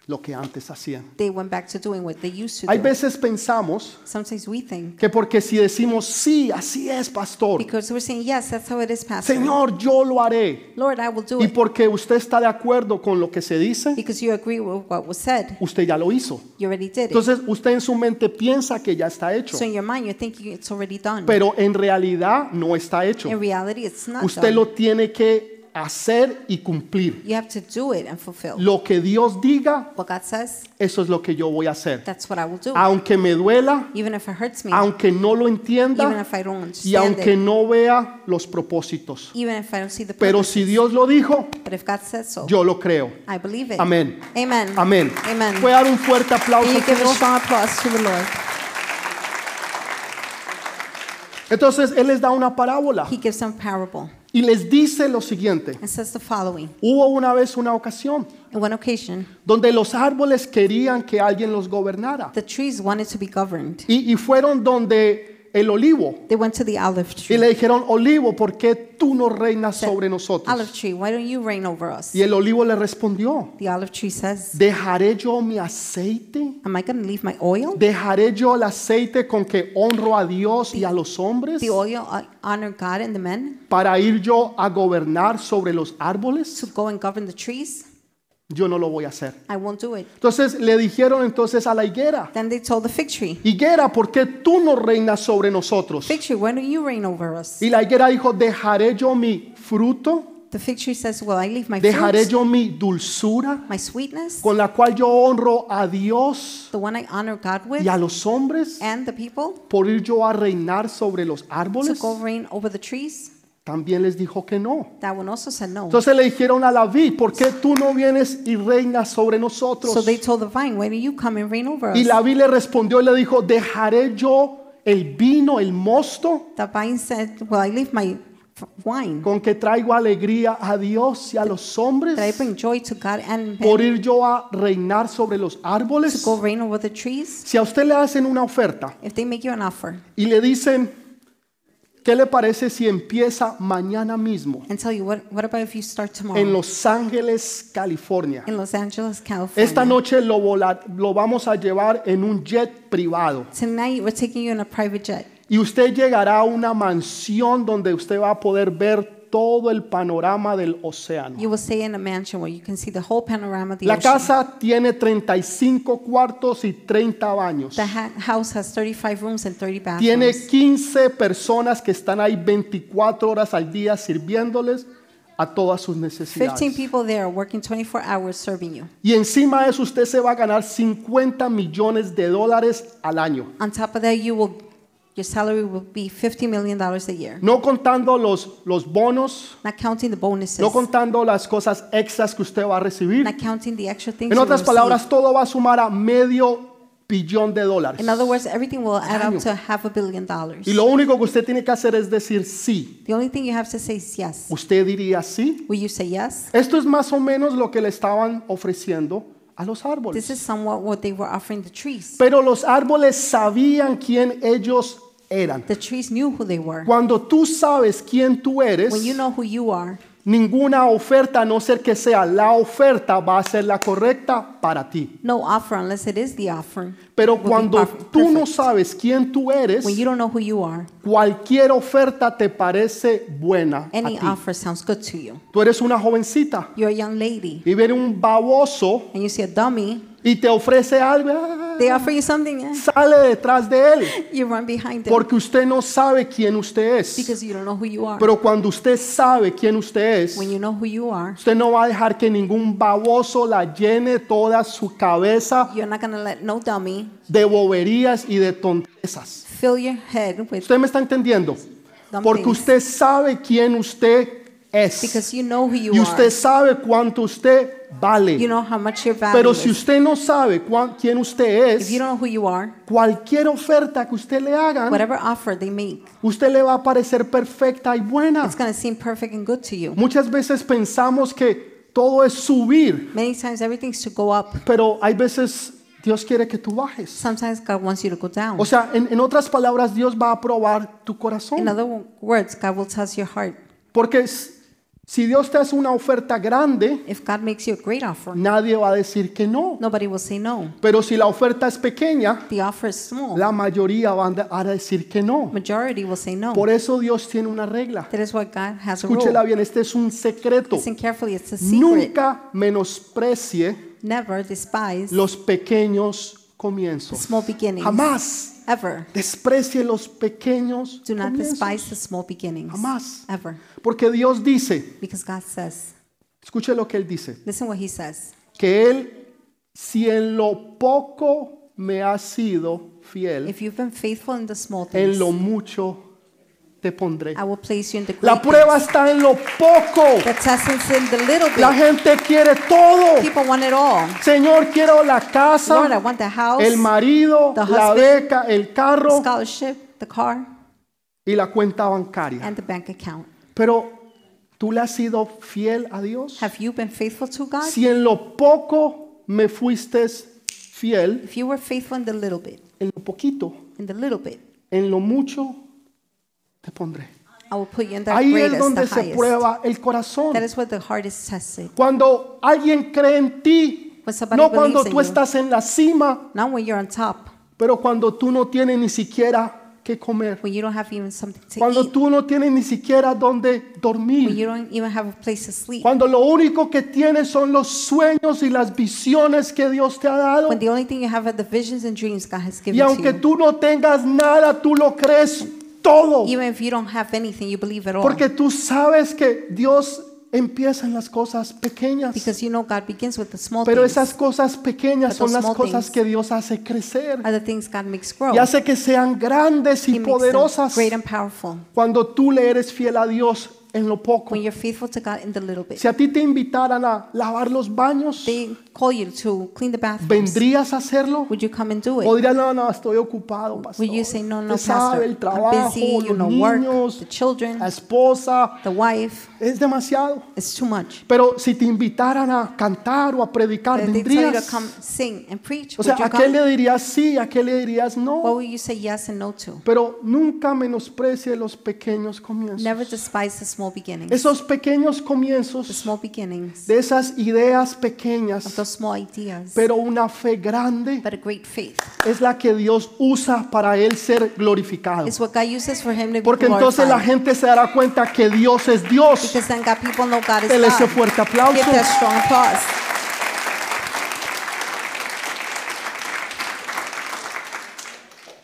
[SPEAKER 1] lo que antes hacían.
[SPEAKER 2] they went back to doing what they used to
[SPEAKER 1] Hay
[SPEAKER 2] do.
[SPEAKER 1] veces pensamos
[SPEAKER 2] Sometimes we think,
[SPEAKER 1] que porque si decimos, sí, así es, pastor,
[SPEAKER 2] because we're saying, Yes, that's how it is, Pastor.
[SPEAKER 1] Señor, yo lo haré.
[SPEAKER 2] Lord, I will do
[SPEAKER 1] Y
[SPEAKER 2] it.
[SPEAKER 1] porque usted está de acuerdo con lo que se dice,
[SPEAKER 2] Because you agree with what was said,
[SPEAKER 1] usted ya lo hizo.
[SPEAKER 2] you already did it.
[SPEAKER 1] Entonces usted en su mente piensa que ya está hecho,
[SPEAKER 2] So in your mind, you're thinking it's already done.
[SPEAKER 1] pero en realidad no está hecho.
[SPEAKER 2] In reality, it's not
[SPEAKER 1] Usted
[SPEAKER 2] done.
[SPEAKER 1] lo tiene que hacer y cumplir.
[SPEAKER 2] You have to do it and fulfill.
[SPEAKER 1] Lo que Dios diga,
[SPEAKER 2] What God says,
[SPEAKER 1] eso es lo que yo voy a hacer.
[SPEAKER 2] that's what I will do.
[SPEAKER 1] Aunque me duela,
[SPEAKER 2] Even if it hurts me,
[SPEAKER 1] aunque no lo
[SPEAKER 2] even
[SPEAKER 1] entienda
[SPEAKER 2] if I don't
[SPEAKER 1] y
[SPEAKER 2] understand
[SPEAKER 1] aunque
[SPEAKER 2] it,
[SPEAKER 1] no vea los propósitos.
[SPEAKER 2] even if I don't see the
[SPEAKER 1] Pero
[SPEAKER 2] purpose.
[SPEAKER 1] si Dios lo dijo,
[SPEAKER 2] But if God says so,
[SPEAKER 1] yo lo creo.
[SPEAKER 2] I believe it.
[SPEAKER 1] Amén.
[SPEAKER 2] Amen.
[SPEAKER 1] Amén.
[SPEAKER 2] Amen.
[SPEAKER 1] Voy a dar un fuerte aplauso.
[SPEAKER 2] May you
[SPEAKER 1] al
[SPEAKER 2] give a
[SPEAKER 1] Señor.
[SPEAKER 2] strong applause to the Lord.
[SPEAKER 1] Entonces él les da una parábola
[SPEAKER 2] He gives them a parable
[SPEAKER 1] y les dice lo siguiente.
[SPEAKER 2] and says the following.
[SPEAKER 1] Hubo una vez una ocasión
[SPEAKER 2] In one occasion,
[SPEAKER 1] donde los árboles querían que alguien los gobernara
[SPEAKER 2] the trees wanted to be governed.
[SPEAKER 1] y, y fueron donde el olivo.
[SPEAKER 2] They went to the olive
[SPEAKER 1] Y
[SPEAKER 2] tree.
[SPEAKER 1] le dijeron, olivo, ¿por qué tú no reinas sobre
[SPEAKER 2] Olive
[SPEAKER 1] nosotros?
[SPEAKER 2] tree, why don't you reign over us?
[SPEAKER 1] Y el olivo le respondió,
[SPEAKER 2] The olive tree says,
[SPEAKER 1] ¿dejaré yo mi aceite?
[SPEAKER 2] Am I going to leave my oil?
[SPEAKER 1] ¿Dejaré yo el aceite con que honro a Dios y a los hombres
[SPEAKER 2] The oil I honor God and the men
[SPEAKER 1] para ir yo a gobernar sobre los árboles?
[SPEAKER 2] to go and govern the trees?
[SPEAKER 1] Yo no lo voy a hacer.
[SPEAKER 2] I won't do it.
[SPEAKER 1] Entonces le dijeron entonces a la higuera,
[SPEAKER 2] Then they told the fig tree,
[SPEAKER 1] higuera, ¿por qué tú no reinas sobre nosotros?
[SPEAKER 2] Fig tree, why don't you reign over us?
[SPEAKER 1] Y la higuera dijo, ¿dejaré yo mi fruto?
[SPEAKER 2] The fig tree says, Will I leave my
[SPEAKER 1] ¿Dejaré
[SPEAKER 2] fruits,
[SPEAKER 1] yo mi dulzura
[SPEAKER 2] my sweetness,
[SPEAKER 1] con la cual yo honro a Dios
[SPEAKER 2] the one I honor God with,
[SPEAKER 1] y a los hombres
[SPEAKER 2] and the people
[SPEAKER 1] por ir yo a reinar sobre los
[SPEAKER 2] to
[SPEAKER 1] árboles?
[SPEAKER 2] go reign over the trees?
[SPEAKER 1] También les dijo que no.
[SPEAKER 2] That one also said no.
[SPEAKER 1] Entonces le dijeron a la vid, ¿por qué tú no vienes y reinas sobre nosotros?
[SPEAKER 2] So they told the vine, Why don't you come and reign over
[SPEAKER 1] Y
[SPEAKER 2] us?
[SPEAKER 1] la vid le respondió y le dijo, ¿dejaré yo el vino, el mosto
[SPEAKER 2] The vine said, Will I leave my f- wine?
[SPEAKER 1] con que traigo alegría a Dios y a los
[SPEAKER 2] That I
[SPEAKER 1] hombres
[SPEAKER 2] bring joy to God and men
[SPEAKER 1] por ir yo a reinar sobre los
[SPEAKER 2] to
[SPEAKER 1] árboles?
[SPEAKER 2] go reign over the trees?
[SPEAKER 1] Si a usted le hacen una oferta
[SPEAKER 2] If they make you an offer
[SPEAKER 1] y le dicen, ¿qué le parece si empieza mañana mismo
[SPEAKER 2] and tell you, What, what about if you start tomorrow
[SPEAKER 1] en Los Ángeles, California?
[SPEAKER 2] in Los Angeles, California?
[SPEAKER 1] Esta noche lo, vola- lo vamos a llevar en un jet privado
[SPEAKER 2] Tonight we're taking you in a private jet.
[SPEAKER 1] y usted llegará a una mansión donde usted va a poder ver todo el panorama del océano.
[SPEAKER 2] You will stay in a mansion where you can see the whole panorama of the
[SPEAKER 1] La
[SPEAKER 2] ocean.
[SPEAKER 1] casa tiene 35 cuartos y 30 baños.
[SPEAKER 2] The ha- house has 35 rooms and 30
[SPEAKER 1] Tiene
[SPEAKER 2] bathrooms.
[SPEAKER 1] 15 personas que están ahí 24 horas al día sirviéndoles a todas sus
[SPEAKER 2] 15
[SPEAKER 1] necesidades.
[SPEAKER 2] people there working 24 hours serving you.
[SPEAKER 1] Y encima de eso usted se va a ganar 50 millones de dólares al año.
[SPEAKER 2] On top of that, you will your salary will be 50 million dollars a year.
[SPEAKER 1] No contando los, los bonos,
[SPEAKER 2] Not counting the bonuses.
[SPEAKER 1] no contando las cosas extras que usted va a recibir.
[SPEAKER 2] Not counting the extra things.
[SPEAKER 1] En
[SPEAKER 2] you
[SPEAKER 1] otras
[SPEAKER 2] receive.
[SPEAKER 1] palabras, todo va a sumar a medio billón de dólares.
[SPEAKER 2] In other words, everything will add
[SPEAKER 1] año.
[SPEAKER 2] up to half a billion dollars.
[SPEAKER 1] Y lo único que usted tiene que hacer es decir sí.
[SPEAKER 2] The only thing you have to say is yes.
[SPEAKER 1] ¿Usted diría sí?
[SPEAKER 2] Will you say yes?
[SPEAKER 1] Esto es más o menos lo que le estaban ofreciendo a los
[SPEAKER 2] This
[SPEAKER 1] árboles.
[SPEAKER 2] is somewhat what they were offering the trees.
[SPEAKER 1] Pero los árboles sabían quién ellos eran.
[SPEAKER 2] The trees knew who they were.
[SPEAKER 1] Cuando tú sabes quién tú eres,
[SPEAKER 2] When you know who you are,
[SPEAKER 1] ninguna oferta, a no ser que sea la oferta, va a ser la correcta para ti.
[SPEAKER 2] no offer unless it is the offering.
[SPEAKER 1] Pero
[SPEAKER 2] will be
[SPEAKER 1] cuando
[SPEAKER 2] perf-
[SPEAKER 1] tú no
[SPEAKER 2] perfect.
[SPEAKER 1] sabes quién tú eres,
[SPEAKER 2] When you don't know who you are,
[SPEAKER 1] cualquier oferta te parece buena a
[SPEAKER 2] any
[SPEAKER 1] ti.
[SPEAKER 2] offer sounds good to you.
[SPEAKER 1] Tú eres una jovencita
[SPEAKER 2] You're a young lady
[SPEAKER 1] y viene un baboso
[SPEAKER 2] and you see a dummy,
[SPEAKER 1] y te ofrece algo, ah,
[SPEAKER 2] they offer you something, eh,
[SPEAKER 1] sale detrás de él.
[SPEAKER 2] you run behind them
[SPEAKER 1] Porque usted no sabe quién usted es.
[SPEAKER 2] because you don't know who you are.
[SPEAKER 1] Pero cuando usted sabe quién usted es,
[SPEAKER 2] When you know who you are,
[SPEAKER 1] usted no va a dejar que ningún baboso la llene toda su cabeza
[SPEAKER 2] you're not going to let no dummy
[SPEAKER 1] de boberías y de tontezas.
[SPEAKER 2] fill your head with
[SPEAKER 1] ¿Usted me está entendiendo? Porque usted sabe quién usted es.
[SPEAKER 2] because you know who you
[SPEAKER 1] Y
[SPEAKER 2] are.
[SPEAKER 1] usted sabe cuánto usted
[SPEAKER 2] You
[SPEAKER 1] vale.
[SPEAKER 2] know how much you're
[SPEAKER 1] Pero
[SPEAKER 2] valued.
[SPEAKER 1] si usted no sabe cuán- quién usted
[SPEAKER 2] if you
[SPEAKER 1] es,
[SPEAKER 2] don't know who you are,
[SPEAKER 1] cualquier oferta que usted le hagan,
[SPEAKER 2] whatever offer they make,
[SPEAKER 1] usted le va a parecer perfecta y buena.
[SPEAKER 2] it's going to seem perfect and good to you.
[SPEAKER 1] Muchas veces pensamos que todo es subir,
[SPEAKER 2] Many times everything's to go up.
[SPEAKER 1] pero hay veces Dios quiere que tú bajes.
[SPEAKER 2] Sometimes God wants you to go down.
[SPEAKER 1] O sea, en, en otras palabras, Dios va a probar tu
[SPEAKER 2] In
[SPEAKER 1] corazón.
[SPEAKER 2] other wo- words, God will test your heart.
[SPEAKER 1] Porque s- si Dios te hace una oferta grande,
[SPEAKER 2] If God makes you a great offer,
[SPEAKER 1] nadie va a decir que no.
[SPEAKER 2] nobody will say no.
[SPEAKER 1] Pero si la oferta es pequeña,
[SPEAKER 2] The offer is small.
[SPEAKER 1] la mayoría van a- a decir que no.
[SPEAKER 2] Majority will say no.
[SPEAKER 1] Por eso Dios tiene una regla.
[SPEAKER 2] That is why God has a
[SPEAKER 1] Escúchela
[SPEAKER 2] rule.
[SPEAKER 1] bien, este es un secreto.
[SPEAKER 2] Listen carefully. It's a secret.
[SPEAKER 1] Nunca menosprecie
[SPEAKER 2] Never despise
[SPEAKER 1] los pequeños
[SPEAKER 2] the
[SPEAKER 1] comienzos.
[SPEAKER 2] small beginnings.
[SPEAKER 1] Jamás.
[SPEAKER 2] Ever.
[SPEAKER 1] desprecie los pequeños
[SPEAKER 2] Do not
[SPEAKER 1] comienzos.
[SPEAKER 2] despise the small beginnings.
[SPEAKER 1] Jamás.
[SPEAKER 2] Ever.
[SPEAKER 1] porque Dios dice
[SPEAKER 2] Because God says,
[SPEAKER 1] escuche lo que él dice
[SPEAKER 2] listen what He says.
[SPEAKER 1] que él si en lo poco me has sido fiel
[SPEAKER 2] If you've been faithful in the small
[SPEAKER 1] en
[SPEAKER 2] things,
[SPEAKER 1] lo mucho te pondré
[SPEAKER 2] I will place you in the great
[SPEAKER 1] la prueba está en lo poco
[SPEAKER 2] things. The test is in the little
[SPEAKER 1] la
[SPEAKER 2] bit.
[SPEAKER 1] gente quiere todo
[SPEAKER 2] People want it all.
[SPEAKER 1] Señor quiero la
[SPEAKER 2] Lord, I
[SPEAKER 1] casa
[SPEAKER 2] want the house,
[SPEAKER 1] el marido
[SPEAKER 2] the
[SPEAKER 1] la
[SPEAKER 2] husband,
[SPEAKER 1] beca el carro
[SPEAKER 2] the scholarship, the car,
[SPEAKER 1] y la cuenta bancaria
[SPEAKER 2] and the bank account.
[SPEAKER 1] pero tú le has sido fiel a Dios
[SPEAKER 2] Have you been faithful to God?
[SPEAKER 1] Si en lo poco me fuiste fiel,
[SPEAKER 2] If you were faithful in the little bit,
[SPEAKER 1] en lo poquito
[SPEAKER 2] in the little bit,
[SPEAKER 1] en lo mucho te pondré.
[SPEAKER 2] I will put you in that
[SPEAKER 1] Ahí es
[SPEAKER 2] greatest,
[SPEAKER 1] donde
[SPEAKER 2] the
[SPEAKER 1] se
[SPEAKER 2] highest.
[SPEAKER 1] prueba el corazón.
[SPEAKER 2] That is what the hardest tested.
[SPEAKER 1] Cuando alguien cree en ti,
[SPEAKER 2] When somebody
[SPEAKER 1] no
[SPEAKER 2] believes
[SPEAKER 1] cuando
[SPEAKER 2] in
[SPEAKER 1] tú
[SPEAKER 2] you.
[SPEAKER 1] estás en la cima,
[SPEAKER 2] Not when you're on top,
[SPEAKER 1] pero cuando tú no tienes ni siquiera que comer,
[SPEAKER 2] when you don't have even something to
[SPEAKER 1] cuando
[SPEAKER 2] eat,
[SPEAKER 1] tú no tienes ni siquiera donde
[SPEAKER 2] when
[SPEAKER 1] dormir,
[SPEAKER 2] you don't even have a place to sleep,
[SPEAKER 1] cuando lo único que tienes son los sueños y las visiones que Dios te ha dado.
[SPEAKER 2] when the only thing you have are the visions and dreams God has
[SPEAKER 1] Y
[SPEAKER 2] given to
[SPEAKER 1] aunque
[SPEAKER 2] you.
[SPEAKER 1] tú no tengas nada, tú lo crees todo.
[SPEAKER 2] Even if you don't have anything, you believe it all.
[SPEAKER 1] Porque tú sabes que Dios empieza en las cosas pequeñas.
[SPEAKER 2] Because you know God begins with the small
[SPEAKER 1] Pero
[SPEAKER 2] things
[SPEAKER 1] esas cosas pequeñas
[SPEAKER 2] But
[SPEAKER 1] son
[SPEAKER 2] those
[SPEAKER 1] las
[SPEAKER 2] small
[SPEAKER 1] cosas
[SPEAKER 2] things
[SPEAKER 1] que Dios hace crecer
[SPEAKER 2] are the things God makes grow.
[SPEAKER 1] y hace que sean grandes
[SPEAKER 2] he
[SPEAKER 1] y
[SPEAKER 2] makes them
[SPEAKER 1] poderosas
[SPEAKER 2] great and powerful.
[SPEAKER 1] cuando tú le eres fiel a Dios en lo poco.
[SPEAKER 2] When you're faithful to God in the little bit,
[SPEAKER 1] Si a ti te invitaran a lavar los baños,
[SPEAKER 2] they call you to clean the bathrooms.
[SPEAKER 1] ¿vendrías a hacerlo?
[SPEAKER 2] Would you come and do it?
[SPEAKER 1] Podrías, no, no, estoy ocupado, pastor.
[SPEAKER 2] Would you say, no, no,
[SPEAKER 1] Usted sabe,
[SPEAKER 2] pastor,
[SPEAKER 1] el
[SPEAKER 2] I'm
[SPEAKER 1] trabajo,
[SPEAKER 2] busy, you
[SPEAKER 1] los
[SPEAKER 2] know, work,
[SPEAKER 1] niños,
[SPEAKER 2] the children,
[SPEAKER 1] la esposa,
[SPEAKER 2] the wife,
[SPEAKER 1] es demasiado.
[SPEAKER 2] it's too much.
[SPEAKER 1] Pero si te invitaran a cantar o a predicar,
[SPEAKER 2] But if they tell you
[SPEAKER 1] vendrías.
[SPEAKER 2] to come sing and preach,
[SPEAKER 1] O sea,
[SPEAKER 2] would you
[SPEAKER 1] ¿a qué
[SPEAKER 2] come?
[SPEAKER 1] le dirías sí, a qué le dirías
[SPEAKER 2] What
[SPEAKER 1] no?
[SPEAKER 2] will you say yes and no to?
[SPEAKER 1] Pero nunca menosprecie los pequeños comienzos.
[SPEAKER 2] Never despise the small beginnings.
[SPEAKER 1] Esos pequeños
[SPEAKER 2] The
[SPEAKER 1] comienzos
[SPEAKER 2] small beginnings
[SPEAKER 1] de esas ideas
[SPEAKER 2] of
[SPEAKER 1] pequeñas,
[SPEAKER 2] those small ideas,
[SPEAKER 1] pero una fe grande
[SPEAKER 2] but a great faith.
[SPEAKER 1] es la que Dios usa para él ser glorificado.
[SPEAKER 2] It's what God uses for him to be
[SPEAKER 1] Porque entonces la
[SPEAKER 2] glorified.
[SPEAKER 1] gente se dará cuenta que Dios es Dios.
[SPEAKER 2] Because then God, people know God is
[SPEAKER 1] Dele ese
[SPEAKER 2] God.
[SPEAKER 1] fuerte aplauso.
[SPEAKER 2] Give that strong applause.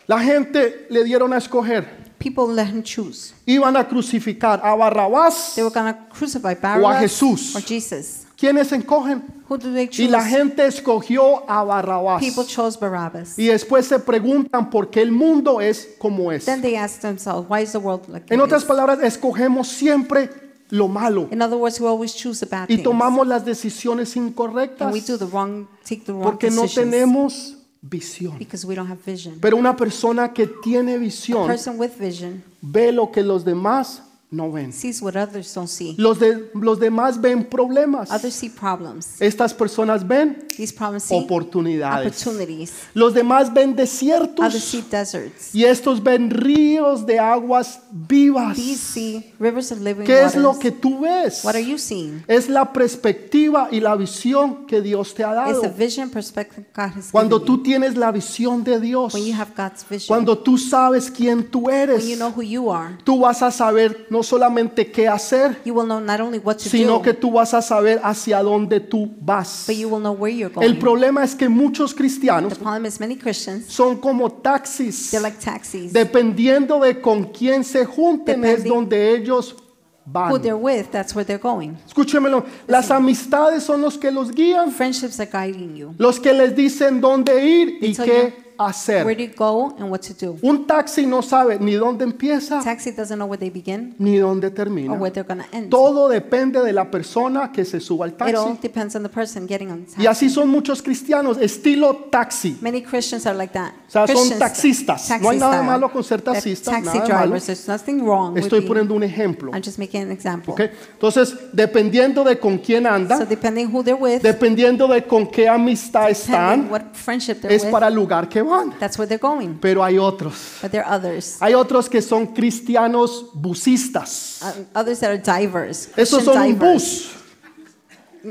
[SPEAKER 1] La gente le dieron a escoger.
[SPEAKER 2] People let him choose.
[SPEAKER 1] Iban a crucificar a Barrabás.
[SPEAKER 2] They were going to crucify Barabbas
[SPEAKER 1] Jesús.
[SPEAKER 2] or Jesus.
[SPEAKER 1] ¿Quiénes encogen?
[SPEAKER 2] Who do they
[SPEAKER 1] Y
[SPEAKER 2] choose?
[SPEAKER 1] la gente escogió a Barrabás.
[SPEAKER 2] People chose Barabbas.
[SPEAKER 1] Y después se preguntan por qué el mundo es como es.
[SPEAKER 2] Then they asked themselves, why is the world like
[SPEAKER 1] En
[SPEAKER 2] it
[SPEAKER 1] otras
[SPEAKER 2] is?
[SPEAKER 1] palabras, escogemos siempre lo malo
[SPEAKER 2] In other words, we always choose the bad
[SPEAKER 1] y
[SPEAKER 2] things.
[SPEAKER 1] tomamos las decisiones
[SPEAKER 2] and
[SPEAKER 1] incorrectas
[SPEAKER 2] we do the wrong, take the wrong
[SPEAKER 1] porque no
[SPEAKER 2] decisions
[SPEAKER 1] tenemos visión.
[SPEAKER 2] because we don't have vision.
[SPEAKER 1] Pero una persona que tiene
[SPEAKER 2] a
[SPEAKER 1] visión
[SPEAKER 2] person with vision
[SPEAKER 1] ve lo que los demás no ven.
[SPEAKER 2] sees what others don't see.
[SPEAKER 1] Los, de- los demás ven problemas.
[SPEAKER 2] Others see problems.
[SPEAKER 1] Estas personas ven
[SPEAKER 2] These problems see
[SPEAKER 1] oportunidades.
[SPEAKER 2] opportunities.
[SPEAKER 1] Los demás ven
[SPEAKER 2] Others
[SPEAKER 1] desiertos
[SPEAKER 2] see deserts.
[SPEAKER 1] y estos ven ríos de aguas vivas.
[SPEAKER 2] These see rivers of living
[SPEAKER 1] ¿Qué es lo
[SPEAKER 2] waters.
[SPEAKER 1] que tú ves?
[SPEAKER 2] What are you seeing?
[SPEAKER 1] Es la perspectiva y la visión que Dios te ha
[SPEAKER 2] It's the
[SPEAKER 1] dado.
[SPEAKER 2] vision perspective God has
[SPEAKER 1] Cuando
[SPEAKER 2] given you.
[SPEAKER 1] tú tienes la visión de Dios,
[SPEAKER 2] When you have God's vision,
[SPEAKER 1] cuando tú sabes quién tú
[SPEAKER 2] when you
[SPEAKER 1] eres,
[SPEAKER 2] know who you are,
[SPEAKER 1] tú vas a saber no solamente qué hacer,
[SPEAKER 2] you will know not only what to
[SPEAKER 1] sino
[SPEAKER 2] do,
[SPEAKER 1] que tú vas a saber hacia dónde tú vas.
[SPEAKER 2] but you will know where you're
[SPEAKER 1] El
[SPEAKER 2] going.
[SPEAKER 1] problema es que muchos
[SPEAKER 2] the
[SPEAKER 1] cristianos
[SPEAKER 2] problem is many Christians,
[SPEAKER 1] son como taxis.
[SPEAKER 2] they're like taxis.
[SPEAKER 1] Dependiendo de con quién se junten es
[SPEAKER 2] Depending-
[SPEAKER 1] donde ellos
[SPEAKER 2] Who
[SPEAKER 1] van.
[SPEAKER 2] they're with, that's where they're going.
[SPEAKER 1] Escúchemelo, las amistades son los que los guían.
[SPEAKER 2] Friendships are guiding you.
[SPEAKER 1] los que les dicen dónde ir y
[SPEAKER 2] They tell
[SPEAKER 1] qué
[SPEAKER 2] Where
[SPEAKER 1] hacer.
[SPEAKER 2] do you go and what to do?
[SPEAKER 1] Un taxi no sabe ni dónde empieza
[SPEAKER 2] Taxi doesn't know where they begin
[SPEAKER 1] ni dónde
[SPEAKER 2] or
[SPEAKER 1] termina.
[SPEAKER 2] where they're going to end.
[SPEAKER 1] Todo depende de la persona que se suba al
[SPEAKER 2] It all
[SPEAKER 1] taxi.
[SPEAKER 2] depends on the person getting on the
[SPEAKER 1] Y
[SPEAKER 2] taxi.
[SPEAKER 1] así son muchos cristianos, estilo taxi.
[SPEAKER 2] Many Christians are like that.
[SPEAKER 1] O sea, son
[SPEAKER 2] Christians-
[SPEAKER 1] taxistas. No hay nada
[SPEAKER 2] taxi
[SPEAKER 1] malo con ser
[SPEAKER 2] style.
[SPEAKER 1] taxista,
[SPEAKER 2] They're Taxi
[SPEAKER 1] nada de malo.
[SPEAKER 2] drivers, there's nothing wrong with
[SPEAKER 1] Estoy
[SPEAKER 2] being-
[SPEAKER 1] poniendo un ejemplo.
[SPEAKER 2] I'm just making an example.
[SPEAKER 1] ¿ok? Entonces, dependiendo de con quién
[SPEAKER 2] So
[SPEAKER 1] anda,
[SPEAKER 2] depending who they're with,
[SPEAKER 1] dependiendo de con qué amistad
[SPEAKER 2] depending
[SPEAKER 1] están,
[SPEAKER 2] what friendship they're
[SPEAKER 1] es
[SPEAKER 2] with,
[SPEAKER 1] para el lugar que van.
[SPEAKER 2] that's where they're going.
[SPEAKER 1] Pero hay otros.
[SPEAKER 2] But there are others.
[SPEAKER 1] Hay otros que son cristianos busistas.
[SPEAKER 2] Um, others that are divers.
[SPEAKER 1] Esos
[SPEAKER 2] Christian
[SPEAKER 1] son un
[SPEAKER 2] divers.
[SPEAKER 1] bus.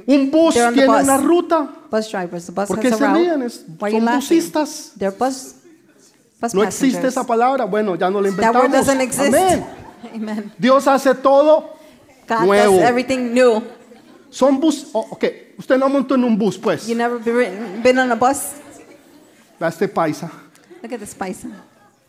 [SPEAKER 1] Un bus
[SPEAKER 2] They're on the
[SPEAKER 1] tiene
[SPEAKER 2] bus.
[SPEAKER 1] una ruta.
[SPEAKER 2] Bus drivers. The bus
[SPEAKER 1] ¿Por
[SPEAKER 2] has
[SPEAKER 1] qué
[SPEAKER 2] a
[SPEAKER 1] se
[SPEAKER 2] route.
[SPEAKER 1] ríen? Es-
[SPEAKER 2] Why are you
[SPEAKER 1] son
[SPEAKER 2] laughing?
[SPEAKER 1] busistas.
[SPEAKER 2] They're bus, bus
[SPEAKER 1] No existe
[SPEAKER 2] passengers.
[SPEAKER 1] esa palabra. Bueno, ya no la
[SPEAKER 2] That word
[SPEAKER 1] inventamos.
[SPEAKER 2] doesn't exist.
[SPEAKER 1] Amén.
[SPEAKER 2] Amen.
[SPEAKER 1] Dios hace todo.
[SPEAKER 2] God
[SPEAKER 1] Nuevo.
[SPEAKER 2] does everything new.
[SPEAKER 1] Son bus. oh, ok, usted no montó en un bus, pues.
[SPEAKER 2] You never be written, been on a bus?
[SPEAKER 1] A este paisa.
[SPEAKER 2] Look at this bison.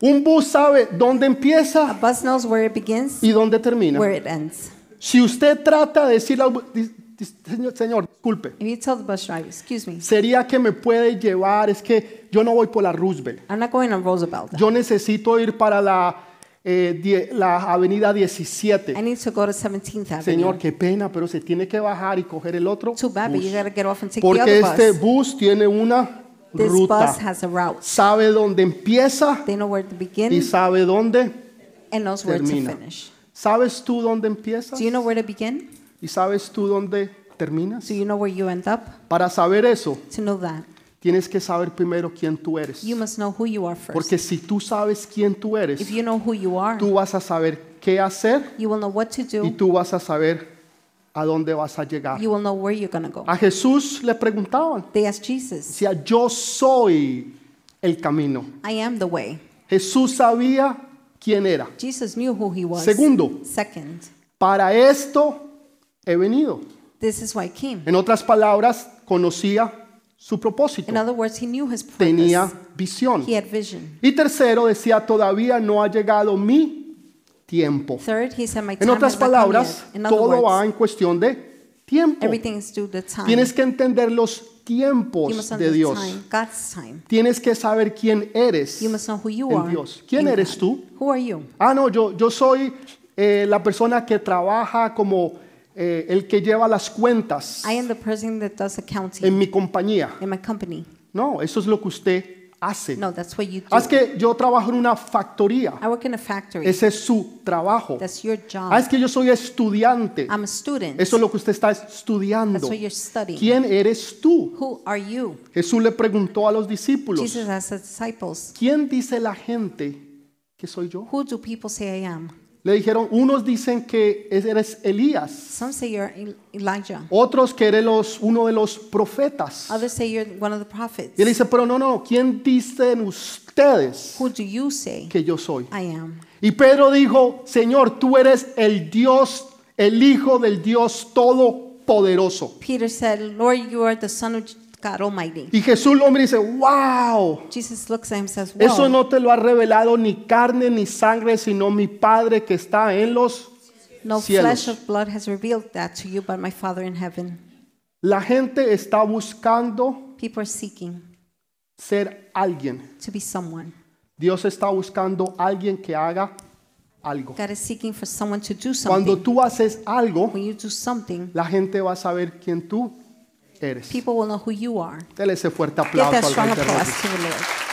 [SPEAKER 1] Un bus sabe dónde
[SPEAKER 2] A
[SPEAKER 1] empieza
[SPEAKER 2] bus knows where it begins,
[SPEAKER 1] y dónde termina.
[SPEAKER 2] where it ends.
[SPEAKER 1] Si usted trata de decirle al bu- di- di- señor, señor, disculpe,
[SPEAKER 2] If you tell the bus driver, excuse me,
[SPEAKER 1] sería que me puede llevar, es que yo no voy por la Roosevelt.
[SPEAKER 2] I'm not going on Roosevelt.
[SPEAKER 1] Yo necesito ir para la, eh, die- la avenida
[SPEAKER 2] I
[SPEAKER 1] 17.
[SPEAKER 2] need to go to 17th Avenue.
[SPEAKER 1] Señor, qué pena, pero se tiene que bajar y coger el otro.
[SPEAKER 2] Too bad, but you gotta get off and take the
[SPEAKER 1] Porque
[SPEAKER 2] other
[SPEAKER 1] este
[SPEAKER 2] bus.
[SPEAKER 1] bus tiene una
[SPEAKER 2] This bus
[SPEAKER 1] ruta.
[SPEAKER 2] has a route.
[SPEAKER 1] Sabe dónde empieza
[SPEAKER 2] They know where to
[SPEAKER 1] y
[SPEAKER 2] begin
[SPEAKER 1] sabe dónde
[SPEAKER 2] and knows where to
[SPEAKER 1] termina.
[SPEAKER 2] finish.
[SPEAKER 1] ¿Sabes tú dónde empiezas?
[SPEAKER 2] Do you know where to begin?
[SPEAKER 1] ¿Y sabes tú dónde terminas?
[SPEAKER 2] Do you know where you end up?
[SPEAKER 1] Para saber eso,
[SPEAKER 2] To know that,
[SPEAKER 1] tienes que saber primero quién tú eres.
[SPEAKER 2] You must know who you are first.
[SPEAKER 1] Porque si tú sabes quién tú eres,
[SPEAKER 2] If you know who you are,
[SPEAKER 1] tú vas a saber qué hacer
[SPEAKER 2] you will know what to
[SPEAKER 1] y
[SPEAKER 2] do.
[SPEAKER 1] tú vas a saber a dónde vas a llegar.
[SPEAKER 2] You will know where you're going to go.
[SPEAKER 1] A Jesús le preguntaban,
[SPEAKER 2] They asked Jesus,
[SPEAKER 1] decía, yo soy el camino.
[SPEAKER 2] I am the way.
[SPEAKER 1] Jesús sabía quién era.
[SPEAKER 2] Jesus knew who he was.
[SPEAKER 1] Segundo,
[SPEAKER 2] Second,
[SPEAKER 1] para esto he venido.
[SPEAKER 2] this is why he came.
[SPEAKER 1] En otras palabras, conocía su propósito,
[SPEAKER 2] In other words, he knew his purpose.
[SPEAKER 1] tenía visión.
[SPEAKER 2] He had vision.
[SPEAKER 1] Y tercero, decía, todavía no ha llegado mi tiempo.
[SPEAKER 2] Third, he said, my
[SPEAKER 1] En
[SPEAKER 2] time
[SPEAKER 1] otras
[SPEAKER 2] has not come yet.
[SPEAKER 1] palabras,
[SPEAKER 2] In other
[SPEAKER 1] todo va
[SPEAKER 2] words,
[SPEAKER 1] en cuestión de tiempo.
[SPEAKER 2] everything is due to time.
[SPEAKER 1] Tienes que entender los
[SPEAKER 2] you
[SPEAKER 1] tiempos
[SPEAKER 2] must
[SPEAKER 1] de
[SPEAKER 2] understand
[SPEAKER 1] Dios.
[SPEAKER 2] time, God's time.
[SPEAKER 1] Tienes que saber quién eres.
[SPEAKER 2] You must know who you
[SPEAKER 1] en
[SPEAKER 2] are.
[SPEAKER 1] Dios. ¿Quién
[SPEAKER 2] in
[SPEAKER 1] eres
[SPEAKER 2] God.
[SPEAKER 1] tú?
[SPEAKER 2] Who are you?
[SPEAKER 1] Ah, no, yo, yo soy eh, la persona que trabaja como eh, el que lleva las cuentas
[SPEAKER 2] I am the person that does accounting
[SPEAKER 1] en mi compañía.
[SPEAKER 2] in my company.
[SPEAKER 1] No, eso es lo que usted hace.
[SPEAKER 2] No, that's what you do.
[SPEAKER 1] Ah, Es que yo trabajo en una factoría.
[SPEAKER 2] I work in a factory.
[SPEAKER 1] Ese es su trabajo.
[SPEAKER 2] that's your job.
[SPEAKER 1] Ah, es que yo soy estudiante.
[SPEAKER 2] I'm a student.
[SPEAKER 1] Eso es lo que usted está
[SPEAKER 2] that's
[SPEAKER 1] estudiando.
[SPEAKER 2] what you're studying.
[SPEAKER 1] ¿Quién eres tú?
[SPEAKER 2] Who are you?
[SPEAKER 1] Jesús le preguntó a los discípulos,
[SPEAKER 2] Jesus asked the disciples,
[SPEAKER 1] ¿quién dice la gente que soy yo?
[SPEAKER 2] Who do people say I am?
[SPEAKER 1] Le dijeron, unos dicen que eres Elías,
[SPEAKER 2] Some say you're El- Elijah.
[SPEAKER 1] otros que eres los- uno de los profetas.
[SPEAKER 2] Others say you're one of the prophets.
[SPEAKER 1] Y él dice, pero no, no, ¿quién dicen ustedes
[SPEAKER 2] Who do you say
[SPEAKER 1] que yo soy?
[SPEAKER 2] I am?
[SPEAKER 1] Y Pedro dijo, Señor, tú eres el Dios, el Hijo del Dios Todopoderoso.
[SPEAKER 2] Peter said, Lord, you are the Son of God Almighty.
[SPEAKER 1] Y Jesús lo mira y dice, wow,
[SPEAKER 2] Jesus looks at him and says, Whoa,
[SPEAKER 1] eso no te lo ha revelado ni carne ni sangre, sino mi Padre que está en los
[SPEAKER 2] no
[SPEAKER 1] cielos.
[SPEAKER 2] flesh of blood has revealed that to you, but my Father in heaven.
[SPEAKER 1] La gente está buscando
[SPEAKER 2] People are seeking
[SPEAKER 1] ser alguien.
[SPEAKER 2] to be someone.
[SPEAKER 1] Dios está buscando alguien que haga algo.
[SPEAKER 2] God is seeking for someone to do something.
[SPEAKER 1] Cuando tú haces algo,
[SPEAKER 2] When you do something,
[SPEAKER 1] la gente va a saber quién tú eres.
[SPEAKER 2] people will know who you are.
[SPEAKER 1] Dele ese fuerte
[SPEAKER 2] Give
[SPEAKER 1] aplauso
[SPEAKER 2] that
[SPEAKER 1] al
[SPEAKER 2] strong
[SPEAKER 1] Rey de
[SPEAKER 2] applause
[SPEAKER 1] Reyes.
[SPEAKER 2] to the Lord.